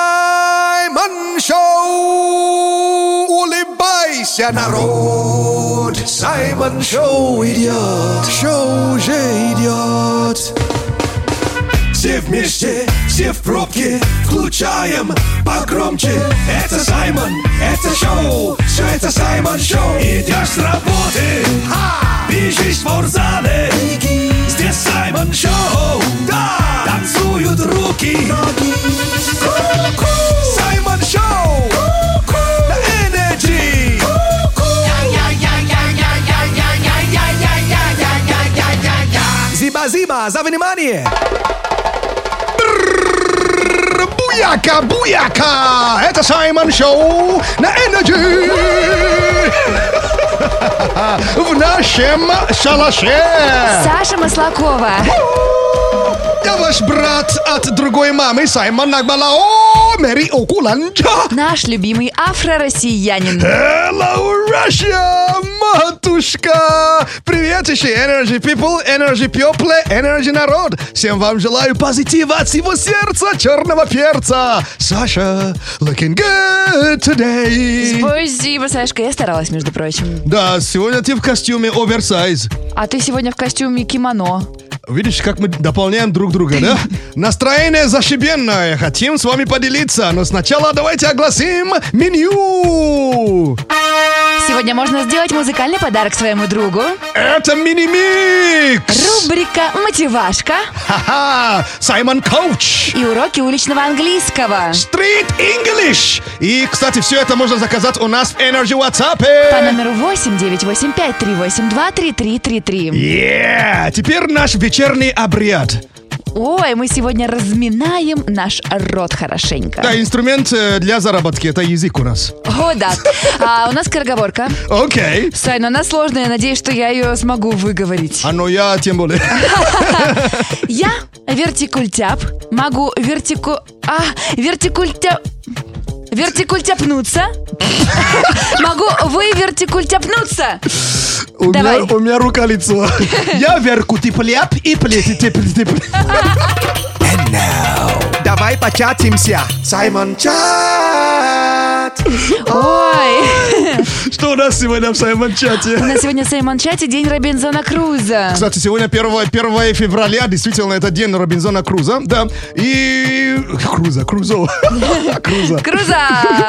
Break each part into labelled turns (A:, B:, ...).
A: Саймон Шоу! Улыбайся, народ! Саймон Шоу идет! Шоу уже идет! Все вместе, все в пробке, включаем погромче. Это Саймон, это шоу, все это Саймон Шоу. Идешь с работы, бежишь в спортзале. Здесь Саймон Шоу, да, танцуют руки. Ку-ку. Саймон Шоу, на Energy. Зиба-зиба, за внимание!
B: Буяка, буяка! Это Саймон Шоу на Energy! В нашем шалаше!
C: Саша Маслакова.
B: Я ваш брат от другой мамы, Саймон Нагмалао, Мэри Окуланджа.
C: Наш любимый афро-россиянин.
B: Hello, Russia, матушка! Привет еще, Energy People, Energy People, Energy Народ! Всем вам желаю позитива от всего сердца черного перца! Саша, looking good today!
C: Спасибо, Сашка, я старалась, между прочим.
B: Да, сегодня ты в костюме оверсайз.
C: А ты сегодня в костюме кимоно.
B: Видишь, как мы дополняем друг друга, да? Настроение зашибенное. Хотим с вами поделиться, но сначала давайте огласим меню.
C: Сегодня можно сделать музыкальный подарок своему другу.
B: Это мини-микс.
C: Рубрика «Мотивашка»
B: Ха-ха! Саймон Коуч.
C: и уроки уличного английского.
B: Street English. И, кстати, все это можно заказать у нас в Energy WhatsApp.
C: По номеру 8 985 382 3333.
B: Yeah! Теперь наш вечерний обряд.
C: Ой, мы сегодня разминаем наш рот хорошенько.
B: Да, инструмент э, для заработки. Это язык у нас.
C: О, да. А у нас скороговорка.
B: Окей.
C: Сай, но она сложная, надеюсь, что я ее смогу выговорить.
B: А ну я тем более.
C: Я вертикультяп, могу вертику... А, вертикультяп... Вертикультяпнуться. Могу вы вертикультяпнуться.
B: У меня,
C: Давай.
B: у меня рука лицо. Я верку ты пляп и плетите
A: Давай початимся. Саймон Чат.
C: Ой.
B: Что у нас сегодня в Саймон
C: У
B: чате?
C: нас сегодня в Саймон-чате день Робинзона Круза.
B: Кстати, сегодня 1, 1 февраля, действительно, это день Робинзона Круза, да. И... Круза, Крузо. Круза.
C: Круза!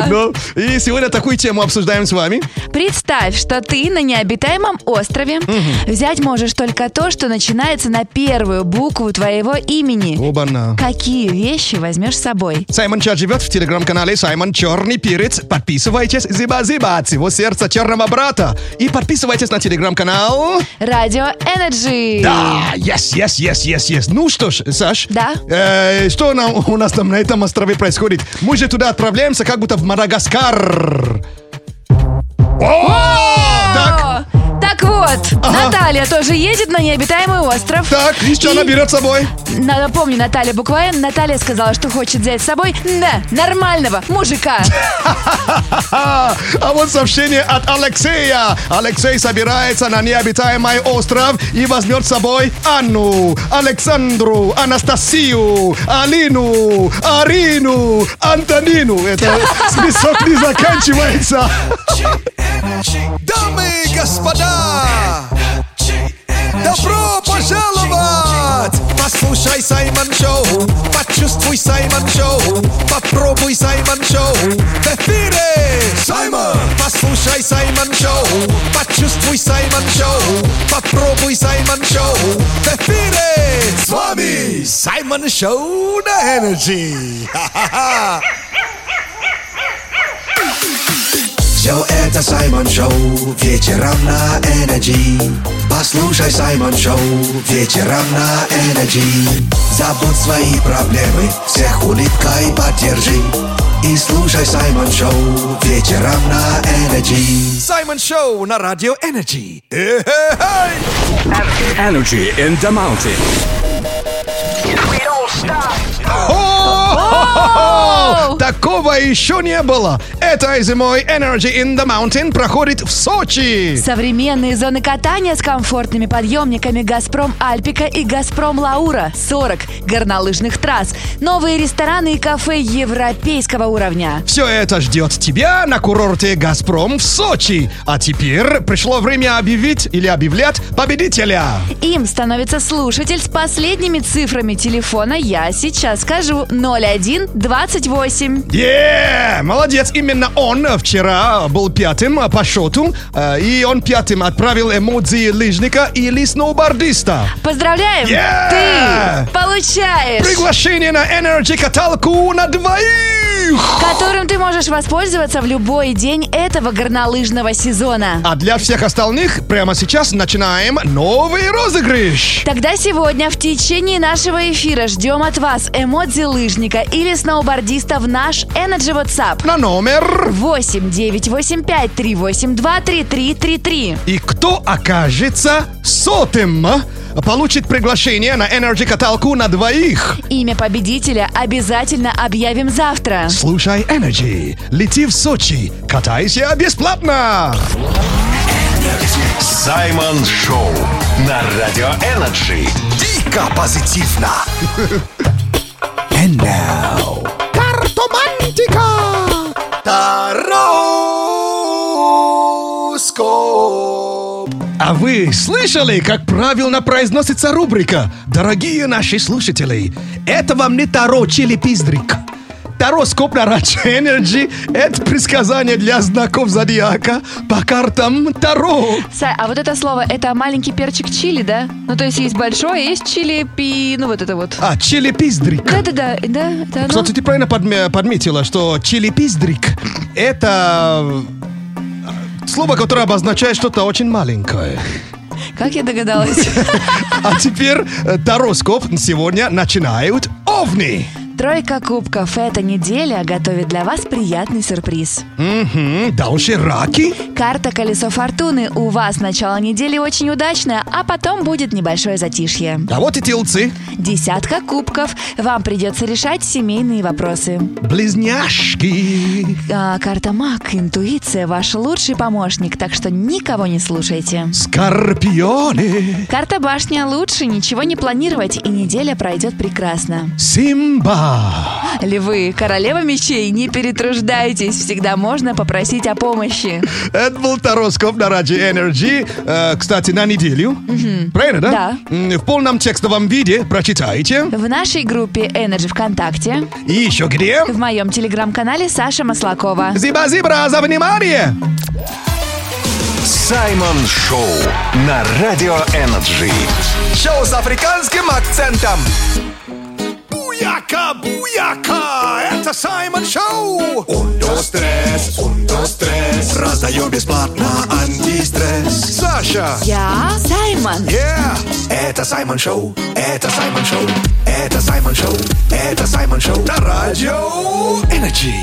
B: Ну, и сегодня такую тему обсуждаем с вами.
C: Представь, что ты на необитаемом острове. Взять можешь только то, что начинается на первую букву твоего имени.
B: Оба-на.
C: Какие вещи возьмешь с собой?
B: Саймон Чат живет в телеграм-канале Саймон Черный Перец. Подписывайтесь, зиба-зиба, от всего сердца черного брата. И подписывайтесь на телеграм-канал...
C: Радио Energy.
B: Да, yes, yes, yes, yes, yes. Ну что ж, Саш.
C: Да.
B: э, что нам, у нас там на этом острове происходит? Мы же туда отправляемся, как будто в Мадагаскар. О! Так,
C: О, Так вот, Наталья тоже едет на необитаемый остров.
B: так, и что она
C: И-
B: берет с собой?
C: На- Напомню, Наталья буквально. Наталья сказала, что хочет взять с собой да, нормального мужика.
B: А, а вот сообщение от Алексея. Алексей собирается на необитаемый остров и возьмет с собой Анну, Александру, Анастасию, Алину, Арину, Антонину. Это список не заканчивается.
A: Дамы и господа, добро пожаловать! Послушай Саймон Шоу, почувствуй Саймон Шоу, попробуй Саймон Шоу. В эфире Саймон! Послушай Саймон Шоу, почувствуй Саймон Шоу, попробуй Саймон Шоу. В эфире с вами Саймон Шоу на Energy. Ха-ха-ха! Все это Саймон Шоу вечером на Энерджи. Послушай Саймон Шоу вечером на Энерджи. Забудь свои проблемы, всех улыбкой поддержи. И слушай Саймон Шоу вечером на Энерджи. Саймон Шоу на радио Энерджи.
D: Energy in the mountain.
B: О! Такого такого еще не было. Этой зимой Energy in the Mountain проходит в Сочи.
C: Современные зоны катания с комфортными подъемниками «Газпром Альпика» и «Газпром Лаура». 40 горнолыжных трасс, новые рестораны и кафе европейского уровня.
B: Все это ждет тебя на курорте «Газпром» в Сочи. А теперь пришло время объявить или объявлять победителя.
C: Им становится слушатель с последними цифрами телефона. Я сейчас скажу 0128.
B: Е, молодец, именно он вчера был пятым э, по счету, э, и он пятым отправил эмодзи лыжника или сноубордиста.
C: Поздравляем!
B: Yeah!
C: Ты получаешь,
B: Приглашение на Energy каталку на двоих!
C: которым ты можешь воспользоваться в любой день этого горнолыжного сезона.
B: А для всех остальных прямо сейчас начинаем новый розыгрыш.
C: Тогда сегодня в течение нашего эфира ждем от вас эмодзи лыжника или сноубордиста в наш Energy WhatsApp.
B: На номер.
C: 8 985 382 3333.
B: И кто окажется сотым, получит приглашение на Energy каталку на двоих.
C: Имя победителя обязательно объявим завтра.
B: Слушай Energy. Лети в Сочи. Катайся бесплатно.
E: Саймон Шоу на Радио Энерджи.
A: Дико позитивно. And now... Картомантика! Тароскоп!
B: А вы слышали, как правильно произносится рубрика? Дорогие наши слушатели, это вам не Таро Чили Пиздрик. Тароскоп на Радио Energy – это предсказание для знаков зодиака по картам Таро.
C: Сай, а вот это слово, это маленький перчик чили, да? Ну, то есть есть большой, есть чили пи, ну, вот это вот.
B: А, Чили Пиздрик.
C: Да-да-да, да, ну, это оно.
B: Кстати, ты правильно подме- подметила, что Чили Пиздрик – это э, слово, которое обозначает что-то очень маленькое.
C: Как я догадалась.
B: А теперь э, Тароскоп сегодня начинают овни.
C: Тройка кубков эта неделя готовит для вас приятный сюрприз.
B: Мгм, дальше раки.
C: Карта «Колесо фортуны» у вас начало недели очень удачное, а потом будет небольшое затишье.
B: А вот и телцы.
C: Десятка кубков. Вам придется решать семейные вопросы.
B: Близняшки.
C: А, карта «Маг», интуиция – ваш лучший помощник, так что никого не слушайте.
B: Скорпионы.
C: Карта «Башня» лучше, ничего не планировать, и неделя пройдет прекрасно.
B: Симба.
C: Львы, королева мечей, не перетруждайтесь, всегда можно попросить о помощи.
B: Это был Тароскоп на Раджи Energy. Э, кстати, на неделю. Правильно, да?
C: Да.
B: М, В полном текстовом виде прочитайте.
C: В нашей группе Energy ВКонтакте,
B: И еще где?
C: в моем телеграм-канале Саша Маслакова.
B: Зиба-зибра за внимание!
E: Саймон Шоу на Радио Энерджи.
A: Шоу с африканским акцентом. Буяка, буяка, это Саймон Шоу. Un, dos, tres, un, dos, tres. Раздаю бесплатно антистресс. Саша.
C: Я Саймон.
A: Yeah. Это Саймон Шоу, это Саймон Шоу, это Саймон Шоу, это Саймон Шоу. На радио Energy.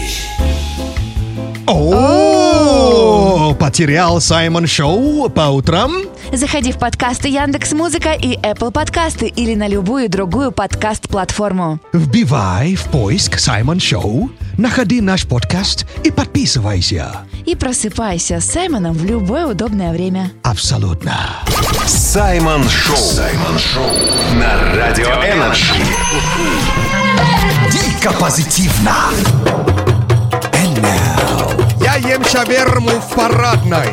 B: О, потерял Саймон Шоу по утрам.
C: Заходи в подкасты Яндекс Музыка и Apple Подкасты или на любую другую подкаст-платформу.
B: Вбивай в поиск Саймон Шоу, находи наш подкаст и подписывайся.
C: И просыпайся с Саймоном в любое удобное время.
B: Абсолютно.
E: Саймон Шоу. Саймон Шоу на Радио Энерджи.
A: Дико позитивно. And now.
B: Я ем шаверму в парадной.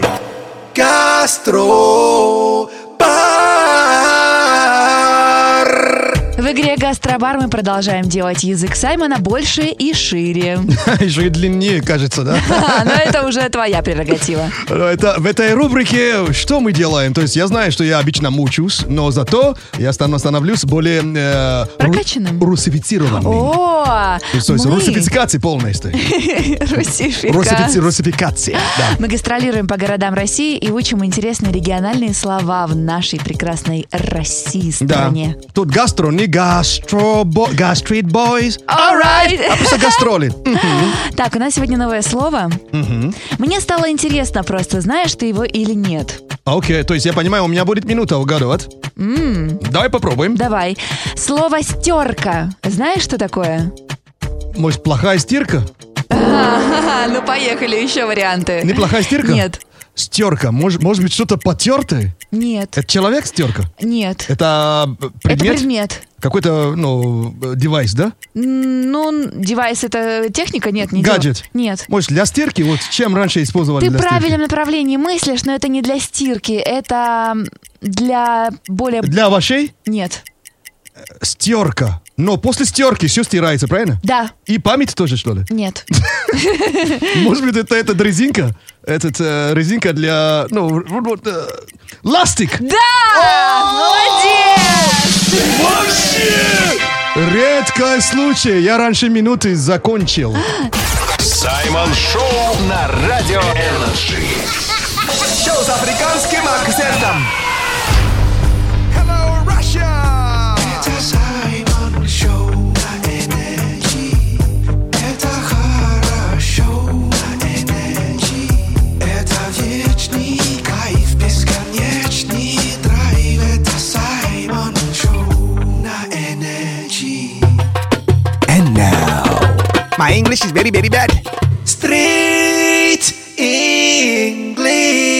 A: Гастропар.
C: В игре «Гастробар» мы продолжаем делать язык Саймона больше и шире.
B: Еще и длиннее, кажется, да?
C: А, Но это уже твоя прерогатива.
B: Но Это, в этой рубрике что мы делаем? То есть я знаю, что я обычно мучусь, но зато я стану, становлюсь более... э, ру-
C: Прокачанным.
B: русифицированным.
C: О,
B: То есть, то есть
C: мы-
B: русификации полностью.
C: Русифика.
B: Русифици- Русификации, да.
C: Мы гастролируем по городам России и учим интересные региональные слова в нашей прекрасной России
B: Да.
C: стране.
B: Тут гастро, не гастро, гастрит бойс.
C: Alright.
B: А просто гастроли.
C: Так, у нас сегодня новое слово. Мне стало интересно просто, знаешь ты его или нет.
B: Окей, то есть я понимаю, у меня будет минута угадывать. Давай попробуем.
C: Давай. Слово «стерка». Знаешь, что такое?
B: Может, плохая стирка?
C: Ага, ну поехали, еще варианты.
B: Неплохая стирка?
C: Нет,
B: Стерка. Может, может быть, что-то потертое?
C: нет,
B: Это человек стерка?
C: нет.
B: Это э, предмет?
C: Это предмет.
B: Какой-то, ну, э, девайс, да?
C: М, Ну, н- девайс это техника? Нет, не
B: Гаджет.
C: дело. Нет.
B: Может, для стирки? Вот чем раньше использовали
C: Ты в
B: для стирки?
C: правильном направлении мыслишь, но это не для стирки, это для более...
B: Для овощей?
C: Нет.
B: Стерка. Но после стерки все стирается, правильно?
C: Да,
B: И память тоже, что ли?
C: нет.
B: Может быть, это, это резинка? Этот, э, резинка для... Ну, вот- вот, э, ластик!
C: Да! Молодец!
B: Редкий случай. Я раньше минуты закончил.
E: Саймон Шоу на Радио Энерджи.
F: Шоу с африканским акцентом.
A: Это Саймон Шоу на Энерджи. Это хорошо на Энерджи. Это вечный кайф, бесконечный драйв. Это Саймон Шоу на Энерджи.
F: And now, my English is very, very bad.
A: Street English.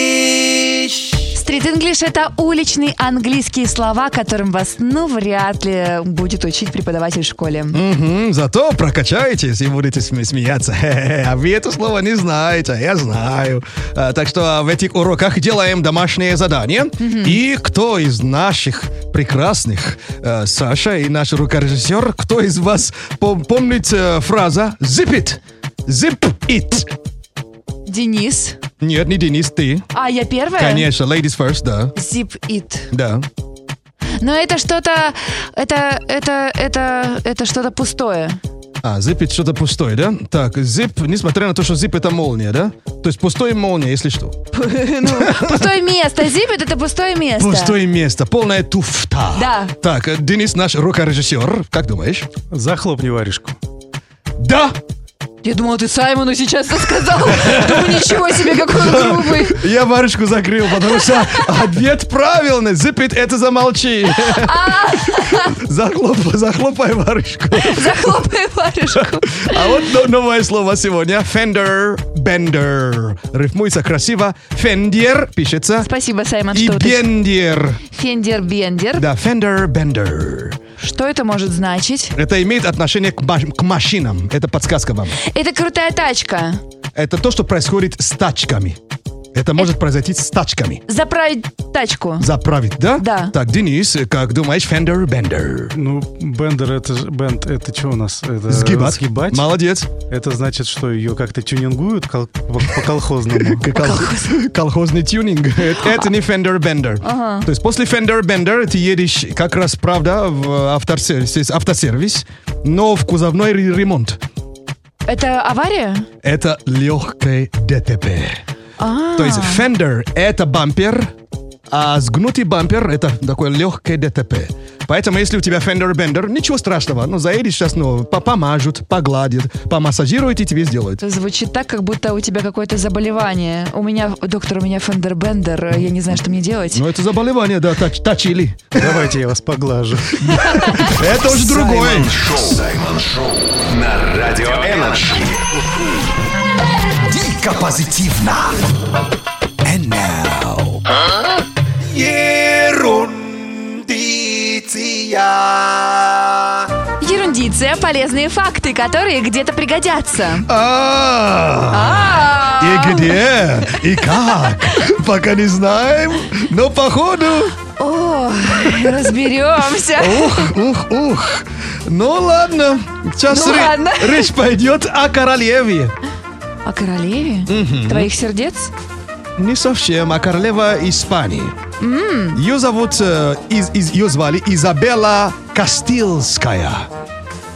C: Стрит-инглиш — это уличные английские слова, которым вас, ну, вряд ли будет учить преподаватель в школе.
B: Мгм, зато прокачаетесь и будете сме- смеяться. Хе-хе. А вы это слово не знаете, а я знаю. А, Так что в этих уроках делаем домашнее задание. И кто из наших прекрасных, э, Саша и наш рукорежиссер, кто из вас пом- помнит э, фраза «zip it», «zip it»?
C: Денис.
B: Нет, не Денис, ты.
C: А, я первая?
B: Конечно, ladies first, да.
C: Zip it.
B: Да.
C: Но это что-то... Это... Это... Это... Это что-то пустое.
B: А, zip it что-то пустое, да? Так, zip, несмотря на то, что zip это молния, да? То есть пустое молния, если что.
C: Ну, Пустое место. Zip it — это пустое место.
B: Пустое место, полная туфта.
C: Да.
B: Так, э, Денис, наш рукорежиссер, как думаешь?
G: Захлопни варежку.
B: Да!
C: Я думала, ты Саймону сейчас это сказал. Думаю, ничего себе, какой он грубый.
B: Я варежку закрыл, потому что ответ правильный. Зипит, это замолчи. Захлопай, захлопай варежку.
C: Захлопай варежку.
B: А вот но- новое слово сегодня. Fender Bender. Рифмуется красиво. Фендер пишется.
C: Спасибо, Саймон,
B: И
C: А что ты...
B: бендер.
C: Фендер-бендер.
B: Да, Fender Bender.
C: Что это может значить?
B: Это имеет отношение к, маш- к машинам. Это подсказка вам.
C: Это крутая тачка.
B: Это то, что происходит с тачками. Это
C: Э,
B: может произойти с тачками.
C: Заправить тачку.
B: Заправить, да?
C: Да.
B: Так, Денис, э, как думаешь, Fender Bender?
G: Ну, бендер это же, бенд, это что у нас? Это
B: Сгибать.
G: сгибать?
B: Молодец.
G: Это значит, что ее как-то тюнингуют кол- по по- колхозному.
B: Кол- Колхозный тюнинг. Это это не Fender Bender. То есть после Fender Bender ты едешь как раз, правда, в автосервис, то есть автосервис, но в кузовной ре- ремонт.
C: Это авария?
B: Это легкое ДТП. То есть Fender — это бампер, а сгнутый бампер — это такое легкое ДТП. Поэтому, если у тебя Fender Bender, ничего страшного. Ну, заедешь сейчас, ну, по- помажут, погладят, помассажируют и тебе сделают.
C: Это звучит так, как будто у тебя какое-то заболевание. У меня, доктор, у меня фендербендер, я не знаю, что мне делать.
B: Ну, это заболевание, да, тач- точили.
G: Давайте я вас поглажу.
B: Это уже другое.
E: Саймон Шоу. Саймон Шоу на Радио Энерджи.
F: Дико позитивно. And now. Ерундиция.
C: Ерундиция, полезные факты, которые где-то пригодятся.
B: А, И где? И как? Пока не знаем, но походу...
C: О, разберемся.
B: Ух, ух, ух. Ну ладно, сейчас
C: Ну
B: ре-
C: ладно.
B: речь пойдет о королеве.
C: О королеве? Твоих сердец?
B: Не совсем, а королева Испании. Ее зовут, э, из, из- ее звали Изабелла Кастильская.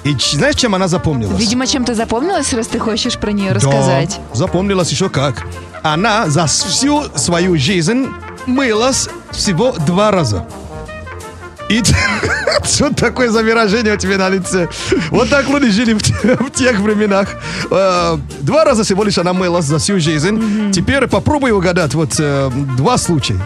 B: И ч- знаешь, чем она запомнилась?
C: Видимо, чем-то запомнилась, раз ты хочешь про нее
B: Да,
C: рассказать.
B: запомнилась еще как. Она за с- всю свою жизнь мылась всего два раза. И т- что такое за выражение у тебя на лице? Вот так люди жили в, те- в тех временах. Э, Два раза всего лишь она мылась за всю жизнь. Теперь попробуй угадать вот э, два случая.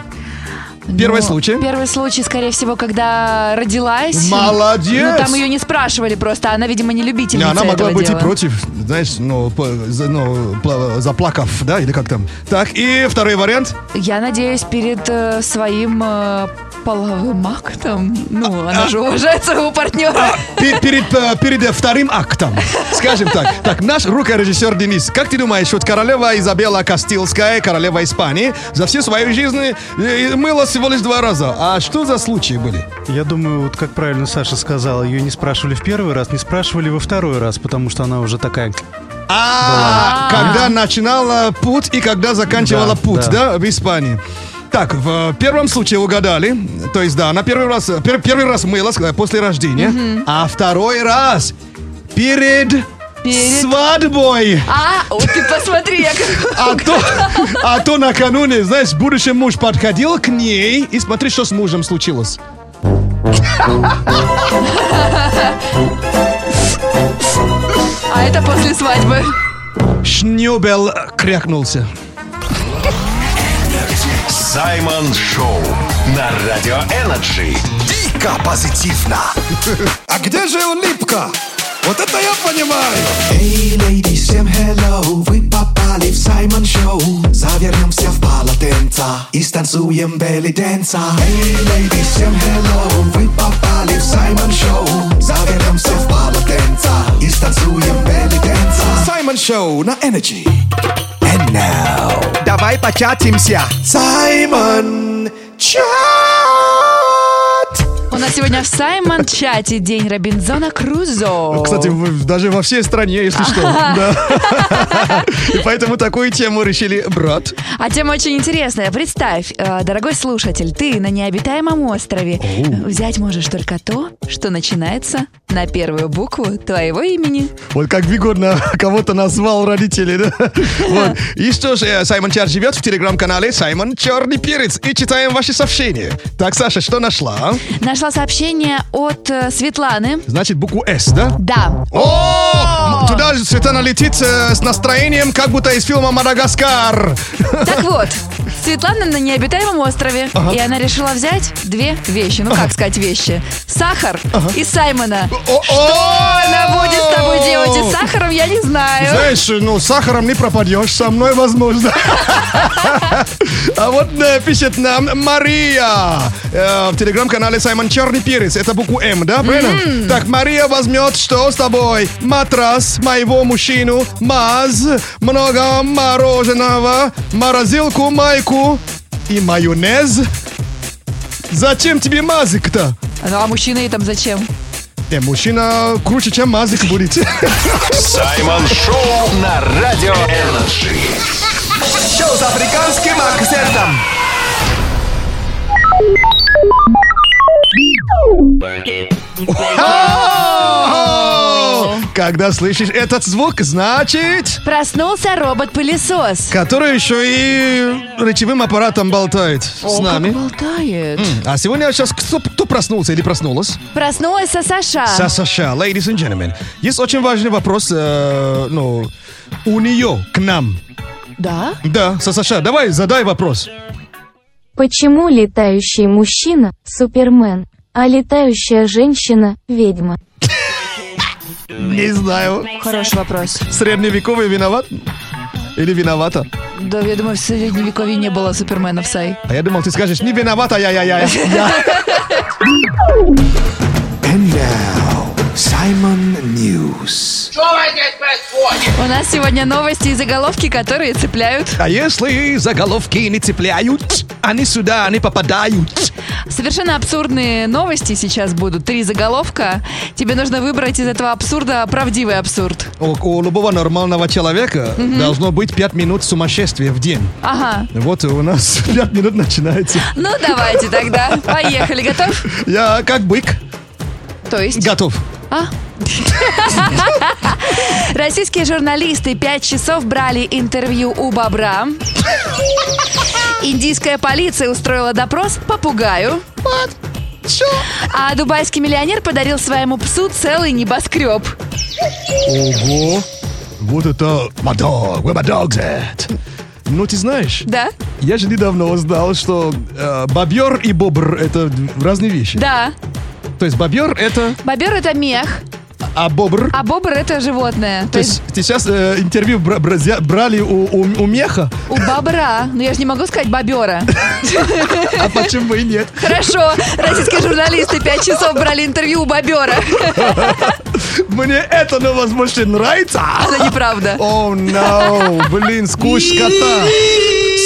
B: Первый
C: Ну,
B: случай.
C: Первый случай, скорее всего, когда родилась.
B: Молодец!
C: Ну, там ее не спрашивали просто, она, видимо, не
B: Не,
C: любительница
B: она могла
C: этого
B: быть
C: дела.
B: и против, знаешь, ну, по- за- ну, пла- заплакав, да, или как там. Так, и второй вариант.
C: Я надеюсь, перед э, своим э, половым актом, ну, она же уважает своего партнера.
B: Пе- Перед, э, перед, э, вторым актом, скажем так. Так, наш рукорежиссер Денис, как ты думаешь, вот королева Изабелла Кастилская, королева Испании, за всю свою жизнь э, э, мыла всего лишь два раза. А что за случаи были?
G: Я думаю, вот как правильно Саша сказала, ее не спрашивали в первый раз, не спрашивали во второй раз, потому что она уже такая...
B: А, когда начинала путь и когда заканчивала
G: Да,
B: путь,
G: да.
B: да, в Испании. Так, в э, первом случае угадали, то есть да, она первый раз, э, пер- первый раз мылась э, после рождения, а второй раз перед,
C: Перед.
B: свадьбой.
C: А, вот ты посмотри, я как-
B: А то, а то накануне, знаешь, будущий муж подходил к ней и смотри, что с мужем случилось.
C: А это после свадьбы.
B: Шнюбел крякнулся.
E: Саймон Шоу на Радио Энерджи.
A: Дико позитивно.
B: А где же улыбка? Вот это я понимаю.
A: Эй, леди, всем hello, вы попали в Саймон Шоу. Завернемся в полотенца и станцуем белли денса. Эй, леди, всем hello, вы попали в Саймон Шоу. Завернемся в полотенца и станцуем белли денса. Саймон Шоу на Energy.
F: And now. Давай початимся.
A: Саймон Чат.
C: У нас сегодня в Саймон-чате день Робинзона Крузо.
B: Кстати, в- даже во всей стране, если что. Да. И поэтому такую тему решили брат.
C: А тема очень интересная. Представь, э, дорогой слушатель, ты на необитаемом острове. Взять можешь только то, что начинается на первую букву твоего имени.
B: Вот как Бигурна кого-то назвал родители. да? Вот. И что же, э, Саймон Чар живет в телеграм-канале Саймон Черный Перец. И читаем ваши сообщения. Так, Саша, что нашла?
C: Нашла сообщение от э, Светланы.
B: Значит, букву «С», да?
C: Да,
B: О! М, Туда же Светлана летит э, с настроением, как будто из фильма «Мадагаскар».
C: так вот, Светлана на необитаемом острове, и она решила взять две вещи. Ну, как сказать вещи? Сахар и Саймона.
B: Что
C: Она будет с тобой делать и с сахаром, я не знаю.
B: Знаешь, ну, с сахаром не пропадешь, со мной возможно. А вот э, пишет нам Мария э, в телеграм-канале Саймон Черный Перец. Это букву М, да, правильно? Так, Мария возьмет что с тобой? Матрас моего мужчину, маз, много мороженого, морозилку, майку и майонез. Зачем тебе мазик-то?
C: Ну, а мужчина ей там зачем?
B: Э, мужчина круче, чем мазик будет.
E: Саймон Шоу на Радио Энерджи.
F: Шоу с африканским акцентом.
B: О! Когда слышишь этот звук, значит,
C: Проснулся робот-пылесос.
B: который еще и речевым аппаратом болтает с
C: О, как
B: нами.
C: болтает.
B: А сегодня сейчас кто, кто проснулся или проснулась?
C: Проснулась Саша.
B: Са США, ladies and gentlemen. Есть очень важный вопрос, э, ну, у нее к нам.
C: Да?
B: Да, Са США, давай задай вопрос.
H: Почему летающий мужчина – Супермен, а летающая женщина – ведьма?
B: Не знаю,
C: Хороший вопрос.
B: средневековый виноват? Или виновата?
C: Да, я думаю, в средневековье не было Супермена в Сай.
B: А я думал, ты скажешь, не виновата, я-я-я.
A: And now, Simon News.
C: У нас сегодня новости и заголовки, которые цепляют.
B: А если заголовки не цепляют, они сюда не попадают.
C: Совершенно абсурдные новости сейчас будут. Три заголовка. Тебе нужно выбрать из этого абсурда правдивый абсурд.
B: У, у любого нормального человека должно быть 5 минут сумасшествия в день.
C: Ага.
B: Вот у нас 5 минут начинается.
C: Ну, давайте тогда. Поехали. Готов?
B: Я как бык
C: То есть...
B: готов.
C: Российские журналисты пять часов брали интервью у бобра. Индийская полиция устроила допрос попугаю. А дубайский миллионер подарил своему псу целый небоскреб.
B: Ого. Вот это... My dog, where my dog's at? Ну, ты знаешь,
C: Да?
B: Я же недавно узнал, что э, бобер и бобр это разные вещи.
C: Да.
B: То есть бобер это,
C: Бобер это мех,
B: а бобр.
C: а бобр это животное.
B: то есть ты сейчас э, интервью бра- бразя- брали у, у, у меха,
C: у бобра. Но я же не могу сказать бобера.
B: а почему бы и нет?
C: Хорошо, российские журналисты пять часов брали интервью у бобера.
B: Мне это на вас больше нравится.
C: Это неправда.
B: О, no, блин, скучкота.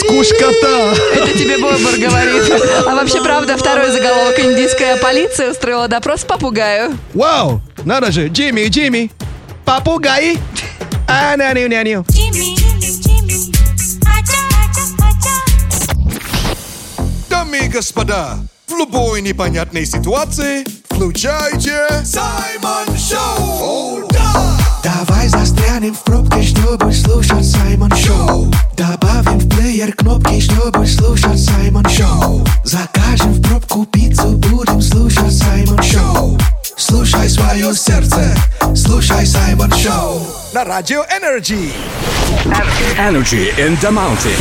B: Скучкота.
C: Это тебе бобр говорит. А вообще, правда, второй заголовок. Индийская полиция устроила допрос попугаю.
B: Вау, надо же, Джимми, Джимми, попугаи. А, на ню, на ню.
I: Дамы и господа, в любой непонятной ситуации включайте Саймон Шоу!
A: Давай застрянем в пробке, чтобы слушать Саймон Шоу Добавим в плеер кнопки, чтобы слушать Саймон Шоу Закажем в пробку пиццу, будем слушать Саймон Шоу Слушай свое сердце, слушай Саймон Шоу
I: На Радио Энерджи!
D: Energy in the mountain.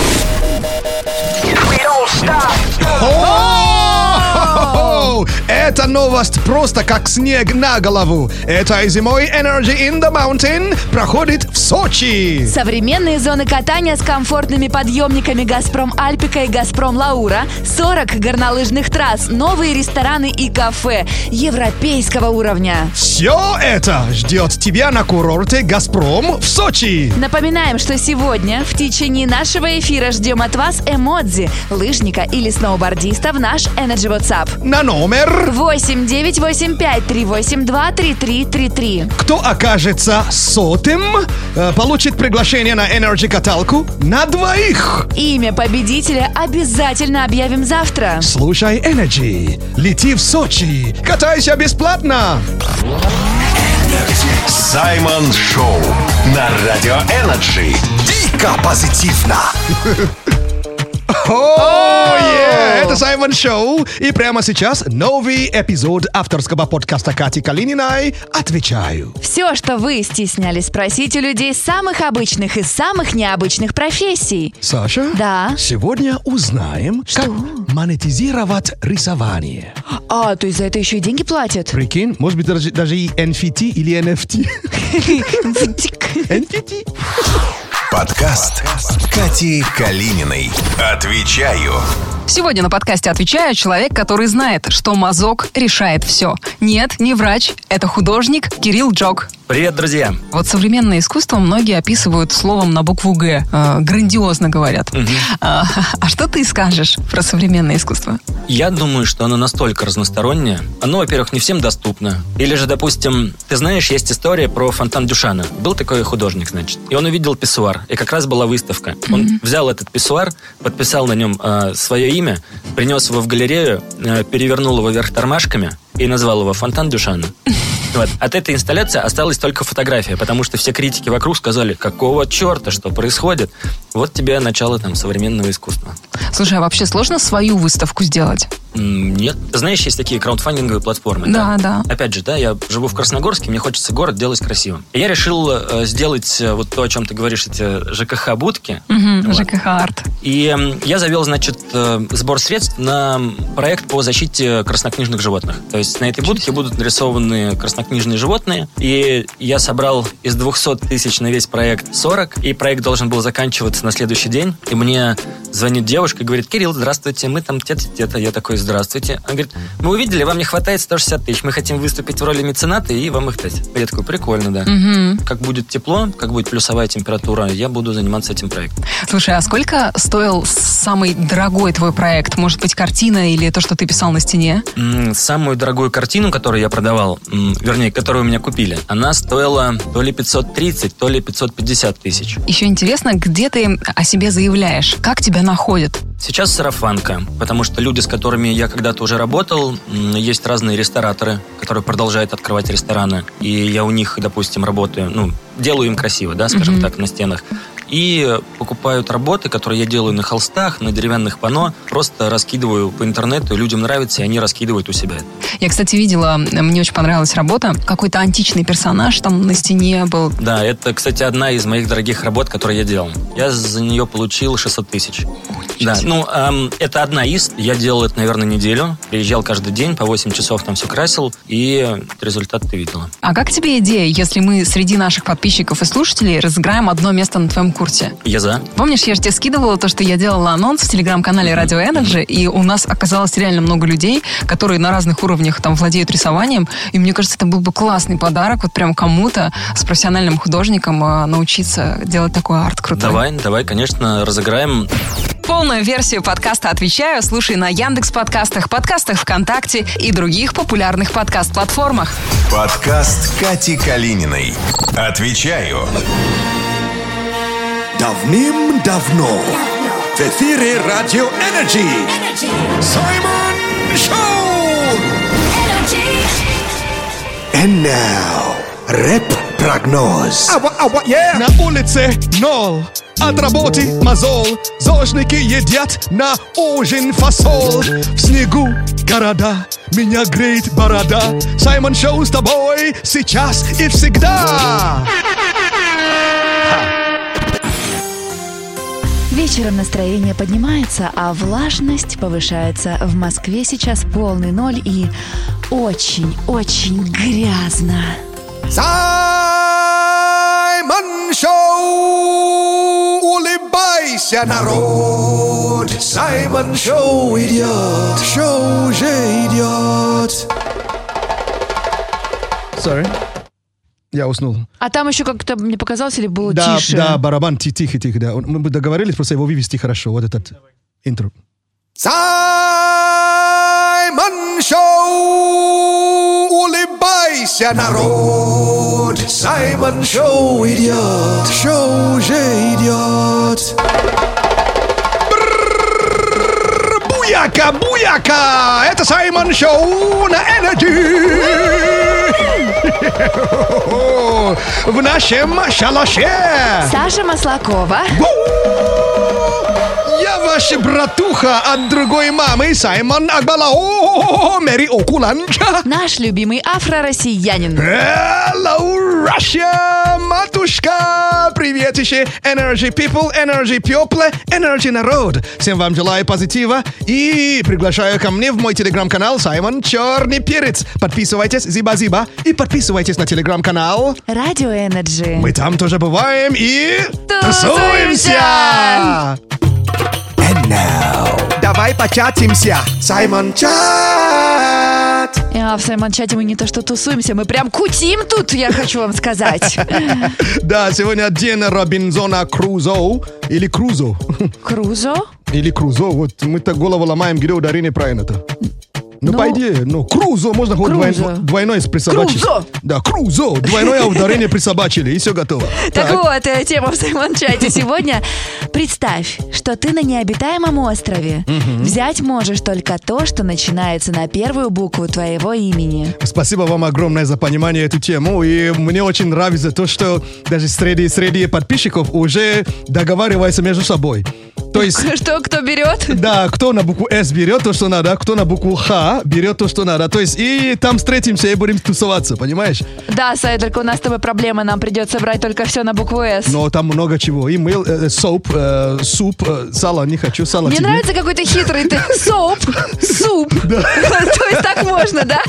B: О, Эта новость просто как снег на голову. Этой зимой Energy in the Mountain проходит в Сочи.
C: Современные зоны катания с комфортными подъемниками «Газпром Альпика» и «Газпром Лаура», 40 горнолыжных трасс, новые рестораны и кафе европейского уровня.
B: Все это ждет тебя на курорте «Газпром» в Сочи.
C: Напоминаем, что сегодня в течение нашего эфира ждем от вас эмодзи, лыжника или сноубордиста в наш Energy WhatsApp.
B: На номер
C: 8985-382-3333.
B: кто окажется сотым, э, получит приглашение на Energy каталку на двоих.
C: Имя победителя обязательно объявим завтра.
B: Слушай Energy, лети в Сочи, катайся бесплатно.
E: Саймон Шоу на Радио Энерджи.
I: Дико позитивно!
B: О, е, Это Саймон Шоу. И прямо сейчас новый эпизод авторского подкаста Кати Калининой «Отвечаю».
C: Все, что вы стеснялись спросить у людей самых обычных и самых необычных профессий.
B: Саша?
C: Да.
B: Сегодня узнаем, как монетизировать рисование.
C: А, то есть за это еще и деньги платят?
B: Прикинь, может быть, даже, даже и NFT или NFT. NFT.
E: Подкаст Кати Калининой. Отвечаю.
J: Сегодня на подкасте «Отвечаю» человек, который знает, что мазок решает все. Нет, не врач, это художник Кирилл Джок.
D: Привет, друзья.
J: Вот современное искусство многие описывают словом на букву «Г». Э, грандиозно говорят. А, а что ты скажешь про современное искусство?
K: Я думаю, что оно настолько разностороннее. Оно, во-первых, не всем доступно. Или же, допустим, ты знаешь, есть история про фонтан Дюшана. Был такой художник, значит. И он увидел писсуар. И как раз была выставка. Он взял этот писсуар, подписал на нем э, свое имя, принес его в галерею, э, перевернул его вверх тормашками и назвал его фонтан Дюшана. Вот. От этой инсталляции осталась только фотография, потому что все критики вокруг сказали, какого черта, что происходит. Вот тебе начало там современного искусства.
J: Слушай, а вообще сложно свою выставку сделать?
K: М, Нет. Знаешь, есть такие краудфандинговые платформы.
J: Да, да.
K: Опять же, да, я живу в Красногорске, мне хочется город делать красивым. И я решил э, сделать э, вот то, о чем ты говоришь, эти ЖКХ-будки.
J: Мгм,
K: Вот.
J: ЖКХ Арт.
K: И эм, я завел, значит, э, сбор средств на проект по защите краснокнижных животных. То есть на этой будке будут нарисованы краснокнижные животные. И я собрал из 200 тысяч на весь проект 40. И проект должен был заканчиваться на следующий день. И мне звонит девушка и говорит, Кирилл, здравствуйте, мы там те-то, те-то. Я такой, здравствуйте. Она говорит, мы увидели, вам не хватает 160 тысяч. Мы хотим выступить в роли мецената и вам их дать. Я такой, прикольно, да.
J: Мгм.
K: Как будет тепло, как будет плюсовая температура, я буду заниматься этим проектом.
J: Слушай, а сколько стоил самый дорогой твой проект? Может быть, картина или то, что ты писал на стене?
K: М, Самую дорогую картину, которую я продавал, м, вернее, которую у меня купили, она стоила то ли 530, то ли 550 тысяч.
J: Еще интересно, где ты о себе заявляешь? Как тебя находят?
K: Сейчас сарафанка, потому что люди, с которыми я когда-то уже работал, м, есть разные рестораторы, которые продолжают открывать рестораны, и я у них, допустим, работаю, ну, делаю им красиво, да, скажем
J: Мгм.
K: так, на стенах. И покупают работы, которые я делаю на холстах, на деревянных панно, просто раскидываю по интернету, людям нравится, и они раскидывают у себя это.
J: Я, кстати, видела, мне очень понравилась работа. Какой-то античный персонаж там на стене был.
K: Да, это, кстати, одна из моих дорогих работ, которые я делал. Я за нее получил 600 тысяч. Да, ну, эм, это одна из. Я делал это, наверное, неделю. Приезжал каждый день, по 8 часов там все красил, и результат ты видела.
J: А как тебе идея, если мы среди наших подписчиков и слушателей разыграем одно место на твоем курсе?
K: Я за.
J: Помнишь, я же тебе скидывала то, что я делала анонс в телеграм-канале Радио Energy, и у нас оказалось реально много людей, которые на разных уровнях там владеют рисованием, и мне кажется, это был бы классный подарок вот прям кому-то с профессиональным художником э, научиться делать такой арт крутой.
K: Давай, давай, конечно, разыграем.
J: Полную версию подкаста «Отвечаю» слушай на Яндекс подкастах, подкастах ВКонтакте и других популярных подкаст-платформах.
E: Подкаст Кати Калининой. Отвечаю.
A: Давным-давно в эфире Радио Энерджи. Саймон Шоу!
L: And now, рэп-прогноз.
B: На улице нол, от работы мозол. Зожники едят на ужин фасол. В снегу города, меня греет борода. Саймон Шоу с тобой сейчас и всегда.
C: Вечером настроение поднимается, а влажность повышается. В Москве сейчас полный ноль и очень-очень грязно.
A: Саймон Шоу! Улыбайся, народ! Саймон Шоу идет! Шоу уже идет!
B: Sorry. Я уснул.
C: А там еще как-то мне показалось, или было
B: да,
C: тише?
B: да, барабан ти- тихо-тихо, да. Он- Мы бы договорились просто его вывести хорошо, вот этот интро.
A: Саймон Шоу! Улыбайся, народ! Саймон Шоу идет! Шоу уже идет!
B: Буяка, буяка! Это Саймон Шоу на Energy! В нашем шалаше!
C: Саша Маслакова.
B: Я ваша братуха от другой мамы, Саймон Акбалао, Мэри Окуланджа.
C: Наш любимый афро-россиянин.
B: Hello, Russia, матушка! Привет еще, Energy People, Energy People, Energy Народ! Всем вам желаю позитива и приглашаю ко мне в мой телеграм-канал Саймон Черный Перец. Подписывайтесь, зиба-зиба, и подписывайтесь на телеграм-канал.
C: Радио Энерджи.
B: Мы там тоже бываем и...
C: Тусуемся!
M: Давай початимся.
A: Саймон Чат!
C: А, в Саймон чате мы не то что тусуемся, мы прям кутим тут, я хочу вам сказать.
B: Да, сегодня день Робинзона Крузо, или Крузо,
C: Крузо?
B: или Крузо, вот мы так голову ломаем, где ударение правильно-то. Ну, по идее, ну, Крузо, можно хоть двой-
C: Крузо.
B: двойное присобачить.
C: Крузо!
B: Да, Крузо, двойное ударение присобачили, и все готово.
C: Так вот, э, тема в Саймон-чате сегодня. Представь, что ты на необитаемом острове.
B: Мгм.
C: Взять можешь только то, что начинается на первую букву твоего имени.
B: Спасибо вам огромное за понимание эту тему. И мне очень нравится то, что даже среди, среди подписчиков уже договариваются между собой. То есть...
C: Что, кто берет?
B: Да, кто на букву С берет то, что надо, а кто на букву Х берет то, что надо. То есть и там встретимся и будем тусоваться, понимаешь?
C: Да, Сай, только у нас с тобой проблема, нам придется брать только все на букву «С».
B: Но там много чего. И мыл, э, э, соуп, э, суп, э, сало не хочу, сало
C: Мне
B: тебе.
C: нравится какой то хитрый ты. Соп, суп. То есть так можно, да?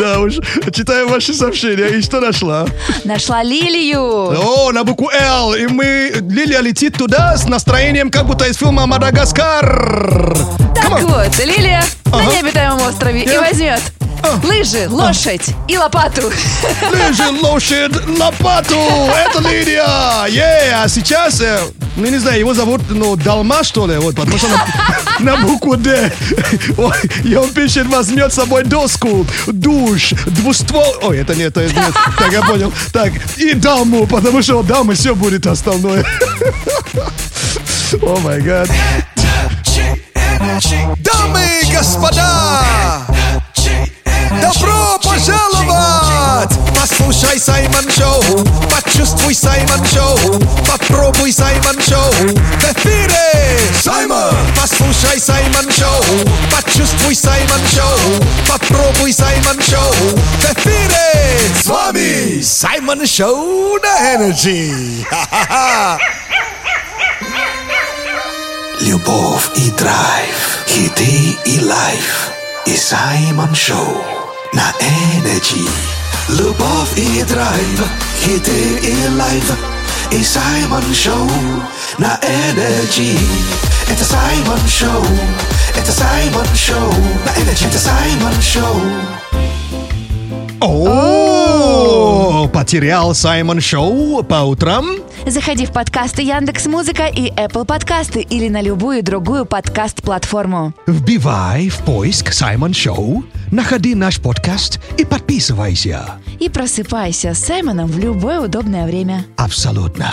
B: Да уж, читаю ваши сообщения. И что нашла?
C: Нашла лилию.
B: О, на букву Л. И мы... Лилия летит туда с настроением, как будто из фильма «Мадагаскар».
C: Так вот, лилия на необитаемом острове и
B: Я- А.
C: возьмет лыжи, лошадь и лопату.
B: Лыжи, лошадь, лопату! Это Лилия! Yeah! А сейчас, э, ну не знаю, его зовут, ну, Далма, что ли? Вот, потому что на, на букву «Д». Ой, и он пишет, возьмет с собой доску, душ, двуствол... Ой, это нет, это нет. Так, я понял. Так, и даму, потому что у дамы все будет основное. О май гад.
A: Дамы и господа! Добро пожаловать! Послушай Саймон Шоу, почувствуй Саймон Шоу, попробуй Саймон Шоу. В эфире Саймон! Послушай Саймон Шоу, почувствуй Саймон Шоу, попробуй Саймон Шоу. В эфире с вами Саймон Шоу на Energy. Ха-ха-ха! любовь и драйв, хиты и лайф. И Саймон Шоу на Энерджи. Любовь и драйв, хиты и лайф. И Саймон Шоу на Энерджи. Это Саймон Шоу, это Саймон Шоу на Энерджи. Это Саймон Шоу.
B: О, потерял Саймон Шоу по утрам?
C: Заходи в подкасты Яндекс Музыка и Apple Подкасты или на любую другую подкаст-платформу.
B: Вбивай в поиск Саймон Шоу, находи наш подкаст и подписывайся.
C: И просыпайся с Саймоном в любое удобное время.
B: Абсолютно.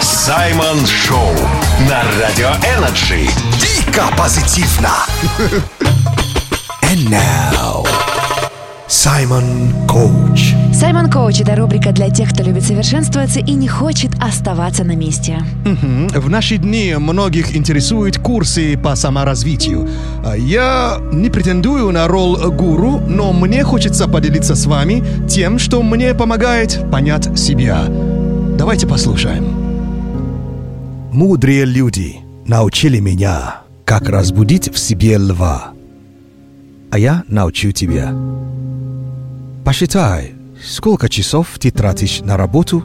E: Саймон Шоу на Радио Энерджи. Дико позитивно.
A: And now, Саймон Коуч.
C: Саймон Коуч – это рубрика для тех, кто любит совершенствоваться и не хочет оставаться на месте.
B: Мгм. В наши дни многих интересуют курсы по саморазвитию. А Я не претендую на роль гуру, но мне хочется поделиться с вами тем, что мне помогает понять себя. Давайте послушаем.
A: Мудрые люди научили меня, как разбудить в себе льва. А я научу тебя. Посчитай, сколько часов ты тратишь на работу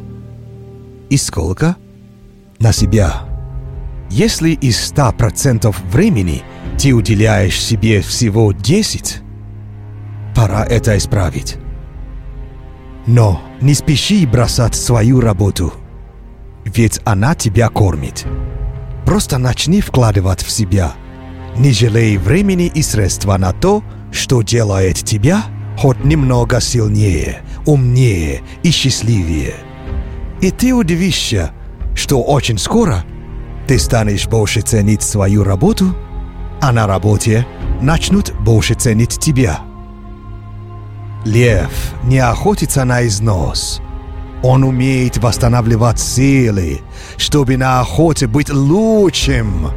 A: и сколько на себя. Если из 100% времени ты уделяешь себе всего 10, пора это исправить. Но не спеши бросать свою работу – ведь она тебя кормит. Просто начни вкладывать в себя. Не жалей времени и средства на то, что делает тебя хоть немного сильнее, умнее и счастливее. И ты удивишься, что очень скоро ты станешь больше ценить свою работу, а на работе начнут больше ценить тебя. Лев не охотится на износ – он умеет восстанавливать силы, чтобы на охоте быть лучшим.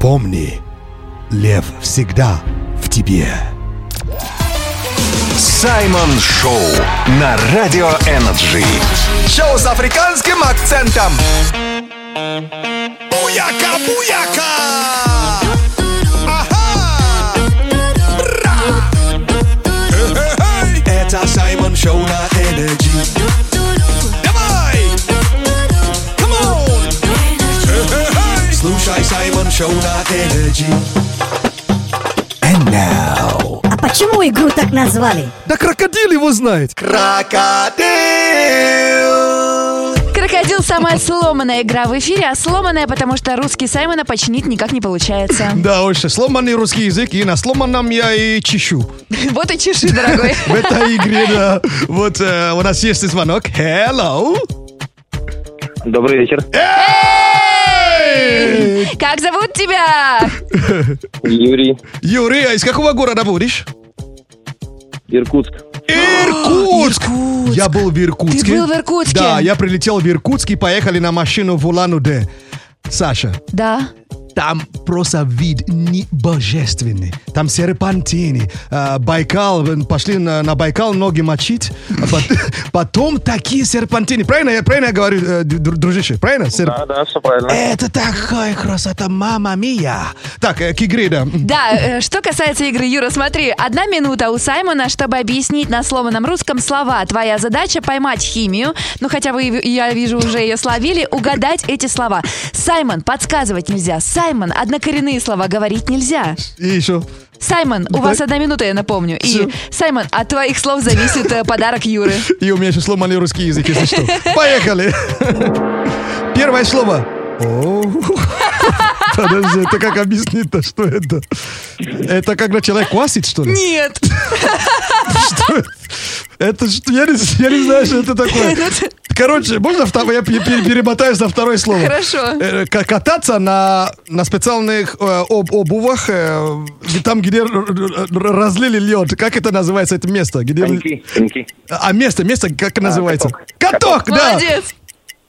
A: Помни, лев всегда в тебе.
E: Саймон Шоу на Радио Энерджи.
I: Шоу с африканским акцентом. Буяка, буяка!
A: Это Саймон Шоу на Энерджи.
I: Давай! Come on!
A: Слушай Саймон Шоу на Энерджи. And now.
N: А почему игру так назвали?
B: Да крокодил его знает.
I: Крокодил!
C: Крокодил – самая сломанная игра в эфире, а сломанная, потому что русский Саймона починить никак не получается.
B: Да уж, сломанный русский язык, и на сломанном я и чищу.
C: Вот и чеши, дорогой.
B: В этой игре, да. Вот э, у нас есть звонок. Hello!
O: Добрый вечер.
C: Эй! Как зовут тебя?
O: Юрий,
B: Юрий, а из какого города будешь?
O: Иркутск.
B: Иркутск! Я был в Иркутске.
C: Ты был в Иркутске?
B: Да, я прилетел в Иркутск и поехали на машину в Улан-Удэ. Саша,
C: Да.
B: там просто вид не божественный. Там серпантины, э, Байкал, э, пошли на, на Байкал ноги мочить. а пот- Потом такие серпантины. Правильно я, правильно я говорю, э, дру- дружище? Правильно? Серп-
O: Да, да, все правильно.
B: Это такая красота, мама мия. Так, э, к игре, да.
C: Да, э, что касается игры, Юра, смотри, одна минута у Саймона, чтобы объяснить на сломанном русском слова. Твоя задача поймать химию, ну хотя вы, и- я вижу, уже ее словили, угадать эти слова. Саймон, подсказывать нельзя. Саймон, однокоренные слова говорить нельзя.
B: И еще.
C: Саймон, у вас одна минута, я напомню. И, Саймон, от твоих слов зависит э, подарок Юры.
B: И у меня еще сломанный русский язык, если что. Поехали. Первое слово. О, Подожди, это как объяснить-то, что это? Это когда человек квасит, что ли?
C: Нет.
B: Это что? Я не, я не знаю, что это такое. Короче, можно второе? Я пере- пере- перемотаю за второе слово.
C: Хорошо.
B: Э, к- Кататься на, на специальных э, об- обувах, э, где- там, где р- р- р- разлили лед. Как это называется, это место? Где... А место, место, как называется? Каток, да.
C: Молодец.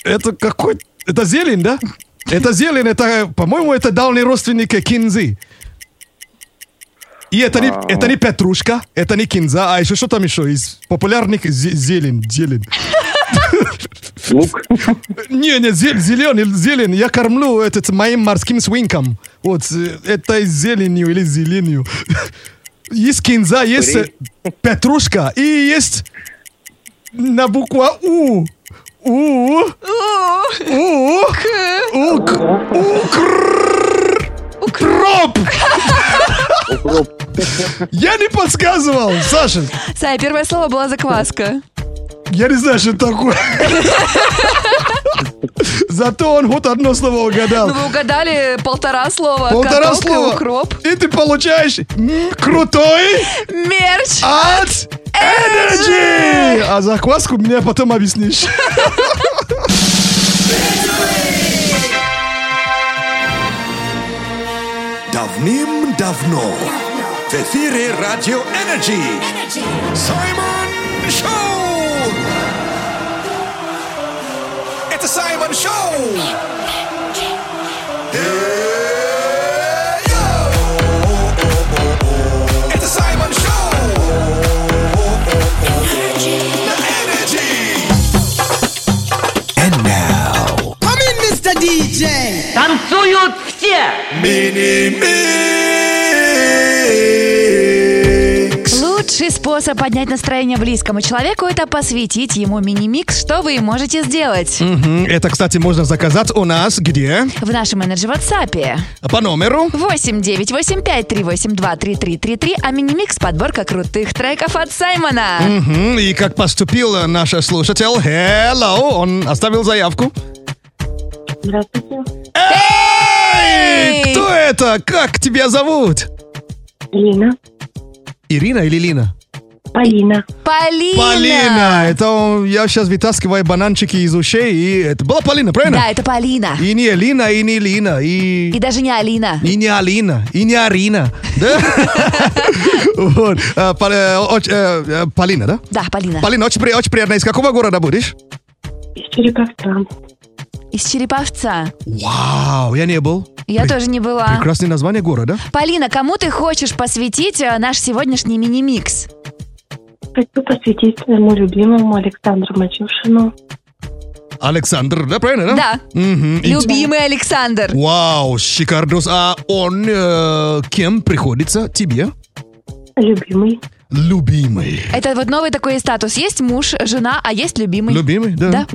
B: Это какой? Это зелень, да? Это зелень, это, по-моему, это давний родственник кинзы. И это не, это не петрушка, это не кинза, а еще что там еще из популярных зе- зелень, зелень.
P: Лук.
B: Не, не, зе- зелен, зелень. Я кормлю этот моим морским свинком. Вот, э, это с зеленью или зеленью. Есть кинза, есть э, петрушка и есть на букву У. У. У. Ук. Укр. Укроп. Я не подсказывал, Саша.
C: Сай, первое слово была закваска.
B: Я не знаю, что это такое. Зато он вот одно слово угадал.
C: Ну, вы угадали полтора слова.
B: Полтора
C: Готовка,
B: слова.
C: укроп.
B: И ты получаешь м, крутой
C: Мерч.
B: от Energy. А закваску мне потом объяснишь.
A: Давным-давно в эфире Радио Энерджи Саймон Шоу!
I: Это Саймон Шоу! Это Саймон Шоу!
Q: Come in, Mr. DJ! Танцуют все!
C: Лучший способ поднять настроение близкому человеку – это посвятить ему мини-микс, что вы и можете сделать.
B: Мгм. Это, кстати, можно заказать у нас где?
C: В нашем менеджер WhatsApp
B: По номеру.
C: 8985-382-3333, а мини-микс – подборка крутых треков от Саймона.
B: Мгм. И как поступил э, наш слушатель, hello, он оставил заявку.
R: Здравствуйте.
B: Эй, кто это? Как тебя зовут?
R: Лина.
B: Ирина или Лина?
R: Полина.
C: Полина!
B: Полина! Это он- я сейчас вытаскиваю бананчики из ушей, и это была Полина, правильно?
C: Да, это Полина.
B: И не Лина, и не Лина, и...
C: И даже не Алина.
B: И не Алина, и не Арина, да? Вот. А, Пол- э, оч- э, э, Полина, да?
C: Да, Полина.
B: Полина, очень при- очень приятно. Из какого города будешь?
R: Из Череповца.
C: Из Череповца.
B: Вау, я не был.
C: Я тоже не была.
B: Прекрасное название города.
C: Полина, кому ты хочешь посвятить э, наш сегодняшний мини-микс?
R: Хочу посвятить своему любимому Александру Мачушину.
B: Александр, да, правильно, да?
C: Да.
B: Мгм. И-
C: Любимый Александр.
B: Вау, шикардос. А он э, кем приходится тебе?
R: Любимый.
B: Любимый.
C: Это вот новый такой статус. Есть муж, жена, а есть любимый.
B: Любимый, да.
C: Да.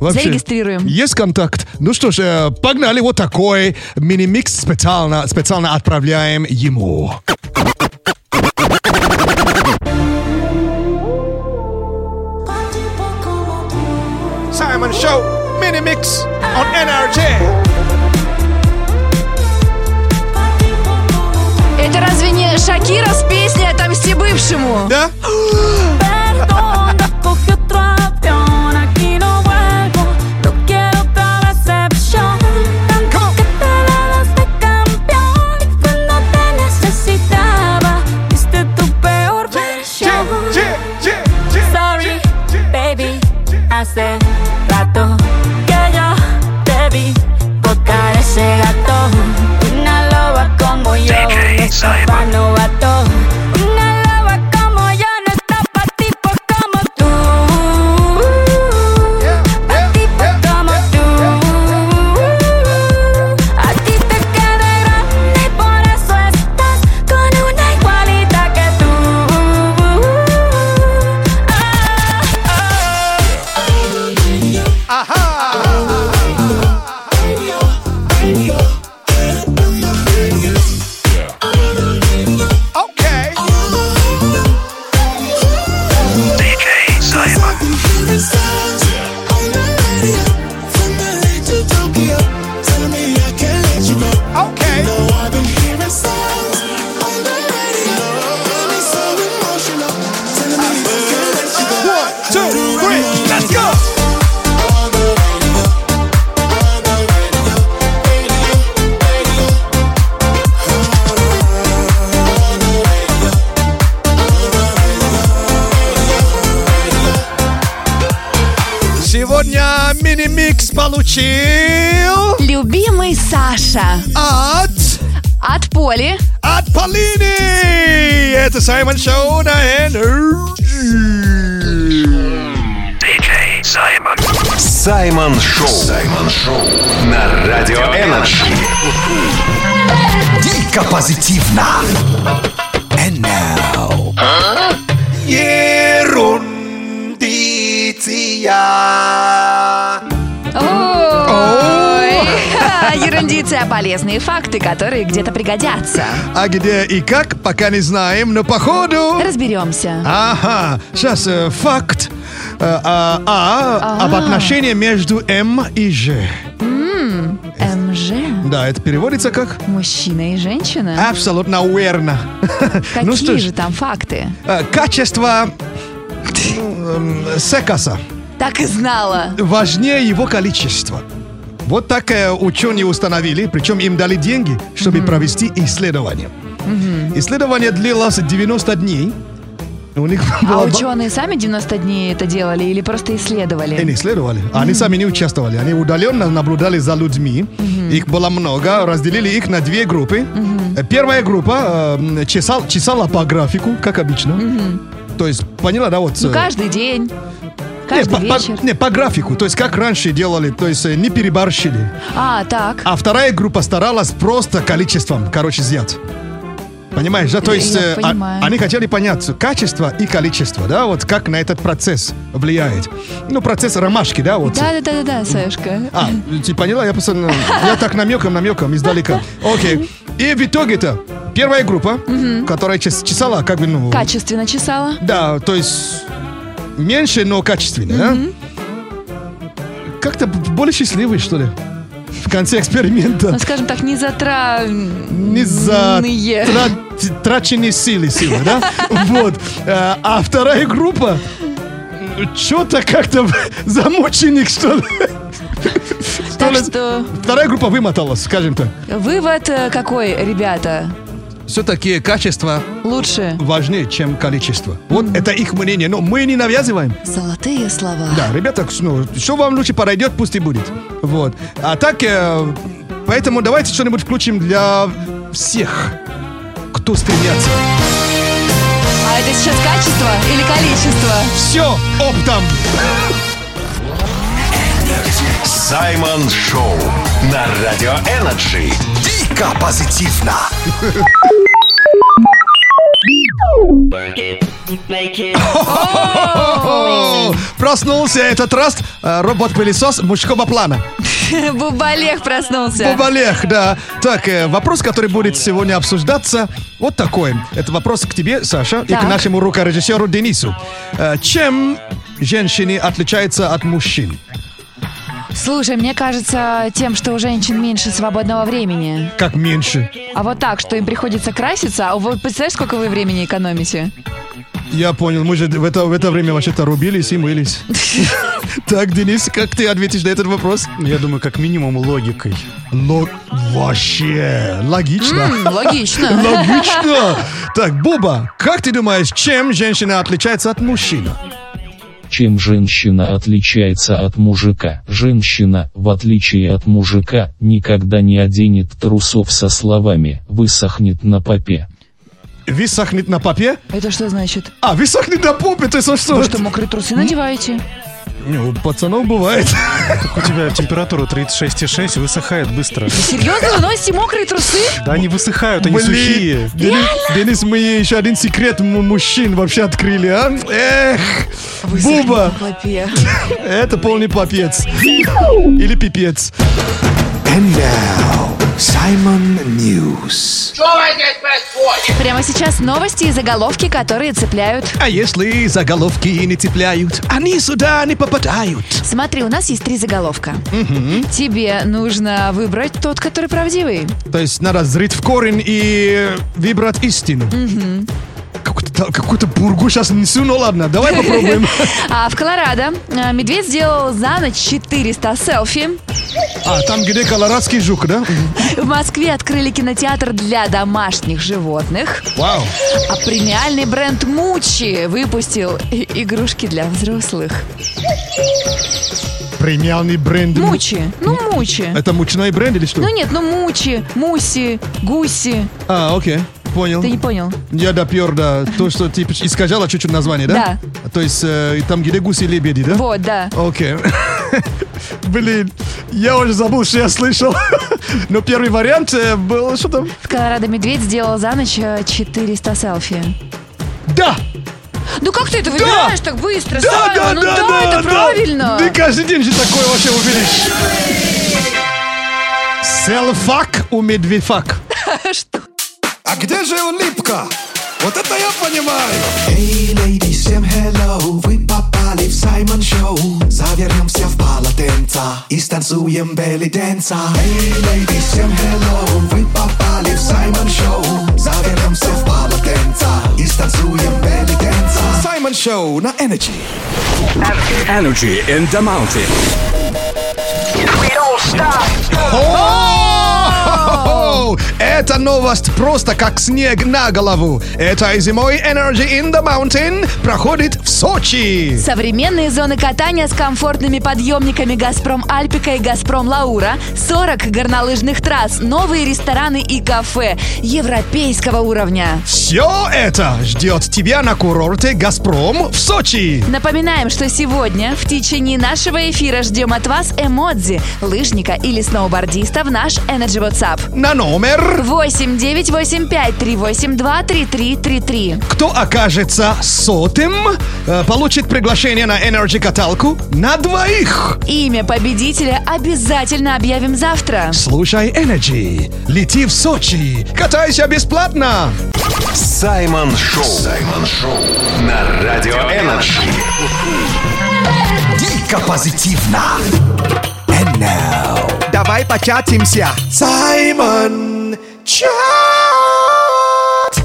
B: Вообще.
C: Зарегистрируем.
B: Есть контакт. Ну что ж, э, погнали, вот такой мини-микс специально, специально отправляем ему.
I: Саймон Шоу! Мини-микс on NRJ!
C: Это разве не Шакира с песней «Отомсти бывшему»?
B: Да.
J: Perdona, cogí otro avión, aquí no vuelvo, no quiero otra decepción. Tanto que te dabas de campeón y cuando te necesitaba, diste tu peor versión. Sorry, baby, hace rato que yo te vi tocar ese gato. Una loba como yo, no está pa' novato. Una loba como yo no está pa' tipo como tú. Pa' tipo como tú. A ti te queda grande y por eso estás con una igualita que tú.
I: Let's go!
B: Сегодня мини-микс получил...
C: Любимый Саша.
B: От?
C: От Поли.
B: От Полины! Это Саймон Шоу на Энерджи.
I: DJ Саймон.
E: Саймон Шоу. Саймон Шоу на Радио Энерджи.
A: Дико позитивно. And now.
I: Ерундиция.
C: Ой, ерундиция, полезные факты, которые где-то пригодятся.
B: А где и как, пока не знаем, но походу...
C: Разберемся.
B: Ага, сейчас э, факт э, а, а,
C: А.
B: об отношении между М и Ж.
C: М, МЖ.
B: Да, это переводится как...
C: Мужчина и женщина?
B: Абсолютно верно.
C: Какие
B: А, ну что ж.
C: же там факты?
B: Э, Качество м, э, секаса
C: Так и знала.
B: важнее его количество. Вот так э, ученые установили, причем им дали деньги, чтобы провести исследование.
C: Мгм.
B: Исследование длилось 90 дней. У них
C: А
B: была ба-
C: ученые сами 90 дней это делали или просто исследовали?
B: Они исследовали. Они сами не участвовали. Они удаленно наблюдали за людьми. Их было много. Разделили их на две группы. Э, Первая группа э, чесал- чесала по графику, как обычно. То есть, поняла, да, вот...
C: Ну,
B: э,
C: каждый день.
B: не,
C: Каждый
B: по- по,
C: вечер.
B: не, по графику, то есть как раньше делали, то есть э, не перебарщили.
C: А, так.
B: А вторая группа старалась просто количеством, короче, взять. Понимаешь, да? То
C: Я
B: есть э, а-
C: понимаю.
B: они хотели понять э, качество и количество, да, вот как на этот процесс влияет. Ну, процесс ромашки, да, вот.
C: Да-да-да-да, Сашка.
B: А, ты поняла? Я просто... ну, Я так намеком, намеком, издалека. Окей. И в итоге-то первая группа, которая чес- чесала, как бы, ну...
C: Качественно чесала.
B: Да, то есть меньше, но качественнее, да? Как-то б- более счастливый, что ли? В конце эксперимента.
C: Ну, скажем так, не затра...
B: Не
C: Не
B: за тра- траченные силы, силы, да? Вот. Э, А вторая группа, что-то как-то замоченник, что ли. Что
C: Так
B: ли?
C: что
B: Вторая группа вымоталась, скажем так.
C: вывод э, какой, ребята?
B: Все-таки качество
C: лучше
B: важнее, чем количество. Вот это их мнение, но мы не навязываем.
C: Золотые слова.
B: Да, ребята, ну, что вам лучше подойдет, пусть и будет. Вот. А так, э, поэтому давайте что-нибудь включим для всех, кто стремятся.
C: А это сейчас качество или количество?
B: Все оптом.
E: Саймон Шоу на Радио Энерджи. Дико позитивно.
B: О, Проснулся этот раз э, робот-пылесос мужского плана.
C: Бубалех проснулся.
B: Бабалех, да. Так, э, вопрос, который будет сегодня обсуждаться, вот такой. Это вопрос к тебе, Саша, и
C: Так.
B: к нашему рукорежиссеру Денису. Э, Чем женщины отличаются от мужчин?
C: Слушай, мне кажется, тем, что у женщин меньше свободного времени.
B: Как меньше?
C: А вот так, что им приходится краситься, а вы представляешь, сколько вы времени экономите?
B: Я понял, мы же в это, в это время вообще-то рубились и мылись. Так, Денис, как ты ответишь на этот вопрос?
G: Я думаю, как минимум логикой.
B: Лог... Вообще, логично.
G: М, логично.
B: Логично. Так, Буба, как ты думаешь, чем женщина отличается от мужчины?
S: Чем женщина отличается от мужика? Женщина, в отличие от мужика, никогда не оденет трусов со словами «высохнет на попе».
B: Висохнет на попе?
C: Это что значит?
B: А, висохнет на попе, ты что?
C: Вы что, мокрые трусы надеваете?
B: Ну, у пацанов бывает.
G: Так у тебя температура 36,6, высыхает быстро.
C: Серьезно, вы носите мокрые трусы?
G: Да они высыхают, они
B: Блин,
G: сухие.
B: Денис, Денис, мы ей еще один секрет м- мужчин вообще открыли, а? Эх, Буба, это полный попец. Или пипец.
A: And now, Simon News.
C: Прямо сейчас новости и заголовки, которые цепляют.
B: А если заголовки не цепляют, они сюда не попадают.
C: Смотри, у нас есть три заголовка. Тебе нужно выбрать тот, который правдивый.
B: То есть надо зрить в корень и выбрать истину.
C: Мгм.
B: Какую-то- Какую-то бургу сейчас несу, ну ладно, давай попробуем.
C: А в Колорадо а, медведь сделал за ночь 400 селфи.
B: А, там где колорадский жук, да?
C: В Москве открыли кинотеатр для домашних животных.
B: Вау.
C: А премиальный бренд Мучи выпустил и- игрушки для взрослых.
B: Премиальный бренд.
C: Мучи. Ну, Мучи.
B: Это мучной бренд или что?
C: Ну нет, ну Мучи, Муси, Гуси.
B: А, окей, понял.
C: Ты не понял?
B: Я допер, да, то, что типа, ты искажала чуть-чуть название, да? Да. То есть э, там где гуси и лебеди, да?
C: Вот, да.
B: Окей. Блин, я уже забыл, что я слышал. Но первый вариант э, был, что там?
C: В Колорадо медведь сделал за ночь э, 400 селфи.
B: Да!
C: Ну как ты это
B: Да!
C: выбираешь так быстро?
B: Да,
C: Саймон?
B: да,
C: ну
B: да,
C: да,
B: да, да.
C: это правильно.
B: Ты каждый день же такое вообще увидишь. Селфак у медвефак.
C: Что?
A: А где же улыбка? Вот это я понимаю.
I: Эй, леди, всем hello, вы попали в Саймон Шоу. Завернемся в полотенца и станцуем белли денса. Эй, леди, всем hello, вы попали в Саймон Шоу. Завернемся в полотенца и станцуем белли денса. Саймон Шоу на Energy.
D: Energy in the mountain.
B: О! Эта новость просто как снег на голову. Этой зимой Energy in the Mountain проходит в Сочи.
C: Современные зоны катания с комфортными подъемниками «Газпром Альпика» и «Газпром Лаура», 40 горнолыжных трасс, новые рестораны и кафе европейского уровня.
B: Все это ждет тебя на курорте «Газпром» в Сочи.
C: Напоминаем, что сегодня в течение нашего эфира ждем от вас эмодзи, лыжника или сноубордиста в наш Energy WhatsApp.
B: На номер
C: 8985 382 3333.
B: Кто окажется сотым, э, получит приглашение на Energy каталку на двоих.
C: Имя победителя обязательно объявим завтра.
B: Слушай Energy, лети в Сочи, катайся бесплатно.
E: Саймон Шоу. Саймон Шоу на Радио Энерджи.
F: Дико позитивно. And now. Давай початимся.
I: Саймон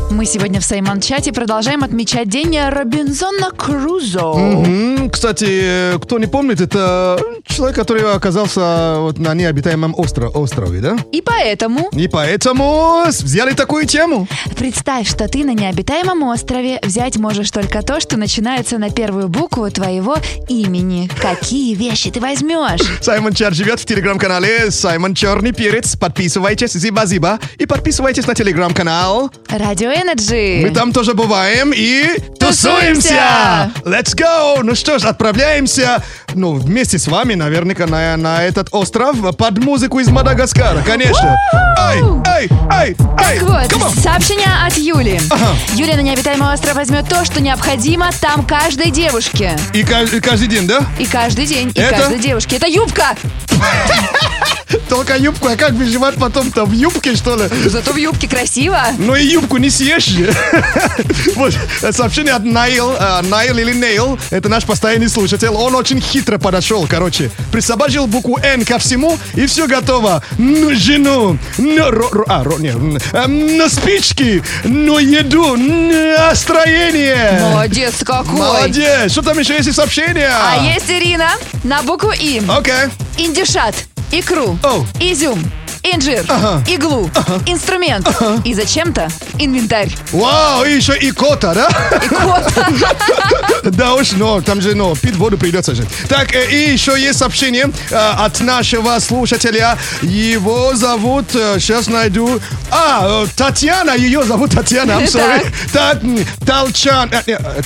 C: Мы сегодня в Саймон-чате продолжаем отмечать день Робинзона Крузо.
B: Мгм. Кстати, э, кто не помнит, это э, человек, который оказался э, вот на необитаемом остро- острове, да?
C: И поэтому
B: И поэтому с- взяли такую тему.
C: представь, что ты на необитаемом острове. Взять можешь только то, что начинается на первую букву твоего имени. Какие вещи ты возьмешь?
B: Саймон Чар живет в телеграм-канале Саймон Черный Перец. Подписывайтесь, зиба-зиба. И подписывайтесь на телеграм-канал.
C: Радио Энерджи.
B: Мы там тоже бываем и тусуемся!
C: Э. Тусуемся!
B: Let's go! Ну что ж, отправляемся, ну, вместе с вами, наверняка, на, на этот остров под музыку из Мадагаскара, конечно. Ай, ай, ай, ай!
C: Так вот,
B: Come on!
C: сообщение от Юли.
B: Ага.
C: Юля на необитаемый остров возьмет то, что необходимо там каждой девушке.
B: И, ка- и каждый день, да?
C: И каждый день, и
B: Это?
C: каждой девушке. Это юбка!
B: Только юбку, а как выживать потом-то? В юбке, что ли?
C: Зато в юбке красиво.
B: Ну и юбку не съешь же. Вот, э, сообщение от Найл, э, Найл или Нейл, это наш постоянный слушатель. Он очень хитро подошел, короче. Присобачил букву Н ко всему, и все готово. Ну, жену, ну, ро- ро- а, ро- не, м, э, ну, спички, ну, еду, м, настроение.
C: Молодец какой.
B: Молодец. Что там еще есть из сообщения?
C: А есть Ирина на букву И.
B: Окей.
C: Индюшат, икру, изюм, инжир, иглу, инструмент и зачем-то инвентарь.
B: Вау, и еще и кота, да?
C: И кот.
B: Да уж, но там же, но пить воду придется же. Так, э, и еще есть сообщение э, от нашего слушателя. Его зовут, сейчас найду. А, э, Татьяна, ее зовут Татьяна, I'm sorry. Так, м, Толчан. э, э, э,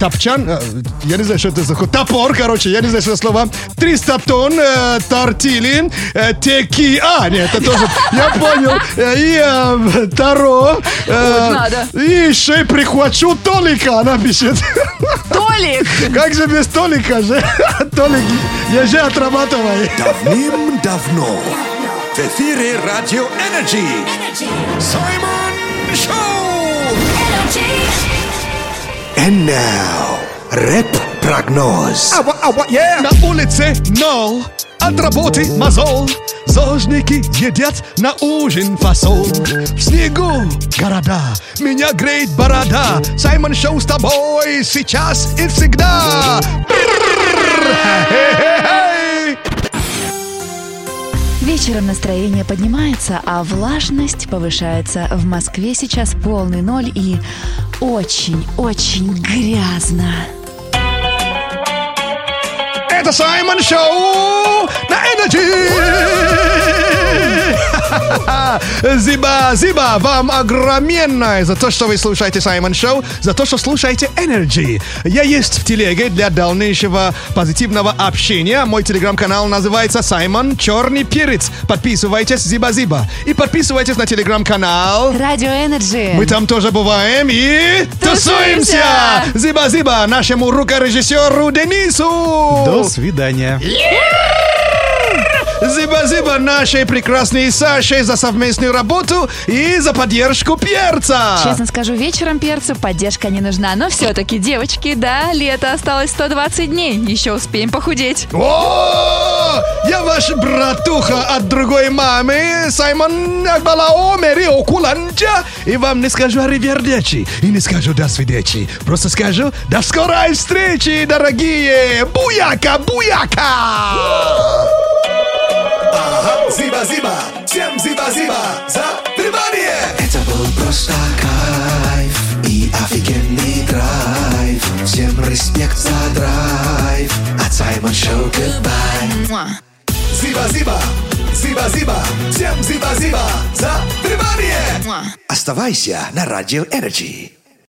B: Топчан, э, я не знаю, что это за ход. Топор, короче, я не знаю, что это слово. 300 тонн, э, тортилин, э, теки... А, нет, это тоже... Я понял. Э, И э, Таро. э,
C: Вот надо.
B: И еще и прихвачу Толика, она пишет.
C: Толик!
B: Как же без Толика же? Толик, я же отрабатываю.
A: Давным-давно в эфире Радио Energy. Саймон Шоу! And now, рэп-прогноз.
B: На улице нол, от работы мозол. Зожники едят на ужин фасол. В снегу города, меня греет борода. Саймон Шоу с тобой сейчас и всегда.
C: Вечером настроение поднимается, а влажность повышается. В Москве сейчас полный ноль и очень-очень грязно.
B: Это Саймон Шоу на Energy! Зиба, Зиба, Зиба, вам огроменное за то, что вы слушаете Саймон Шоу, за то, что слушаете Energy. Я есть в телеге для дальнейшего позитивного общения. Мой телеграм-канал называется Саймон Черный Перец. Подписывайтесь, Зиба, Зиба. И подписывайтесь на телеграм-канал.
C: Радио Энерджи.
B: Мы там тоже бываем и тусуемся! Зиба-зиба нашему рукорежиссеру Денису!
G: До свидания.
B: Зиба-зиба нашей прекрасной Саше за совместную работу и за поддержку перца!
C: Честно скажу, вечером перцу поддержка не нужна. Но все-таки, девочки, да, лето осталось 120 дней. Еще успеем похудеть.
B: О, я ваш братуха от другой мамы, Саймон Акбалаомери Окуланджа, и вам не скажу аривердечи, и не скажу до свидечи, просто скажу до скорой встречи, дорогие! Буяка, буяка!
I: Ага, зиба, зиба, всем зиба, зиба за внимание!
A: Это был просто кайф и офигенный драйв. Всем респект за драйв. От Саймон Шоу goodbye.
I: Зиба, зиба, зиба, зиба, всем зиба, зиба за внимание!
A: Оставайся на Радио Energy.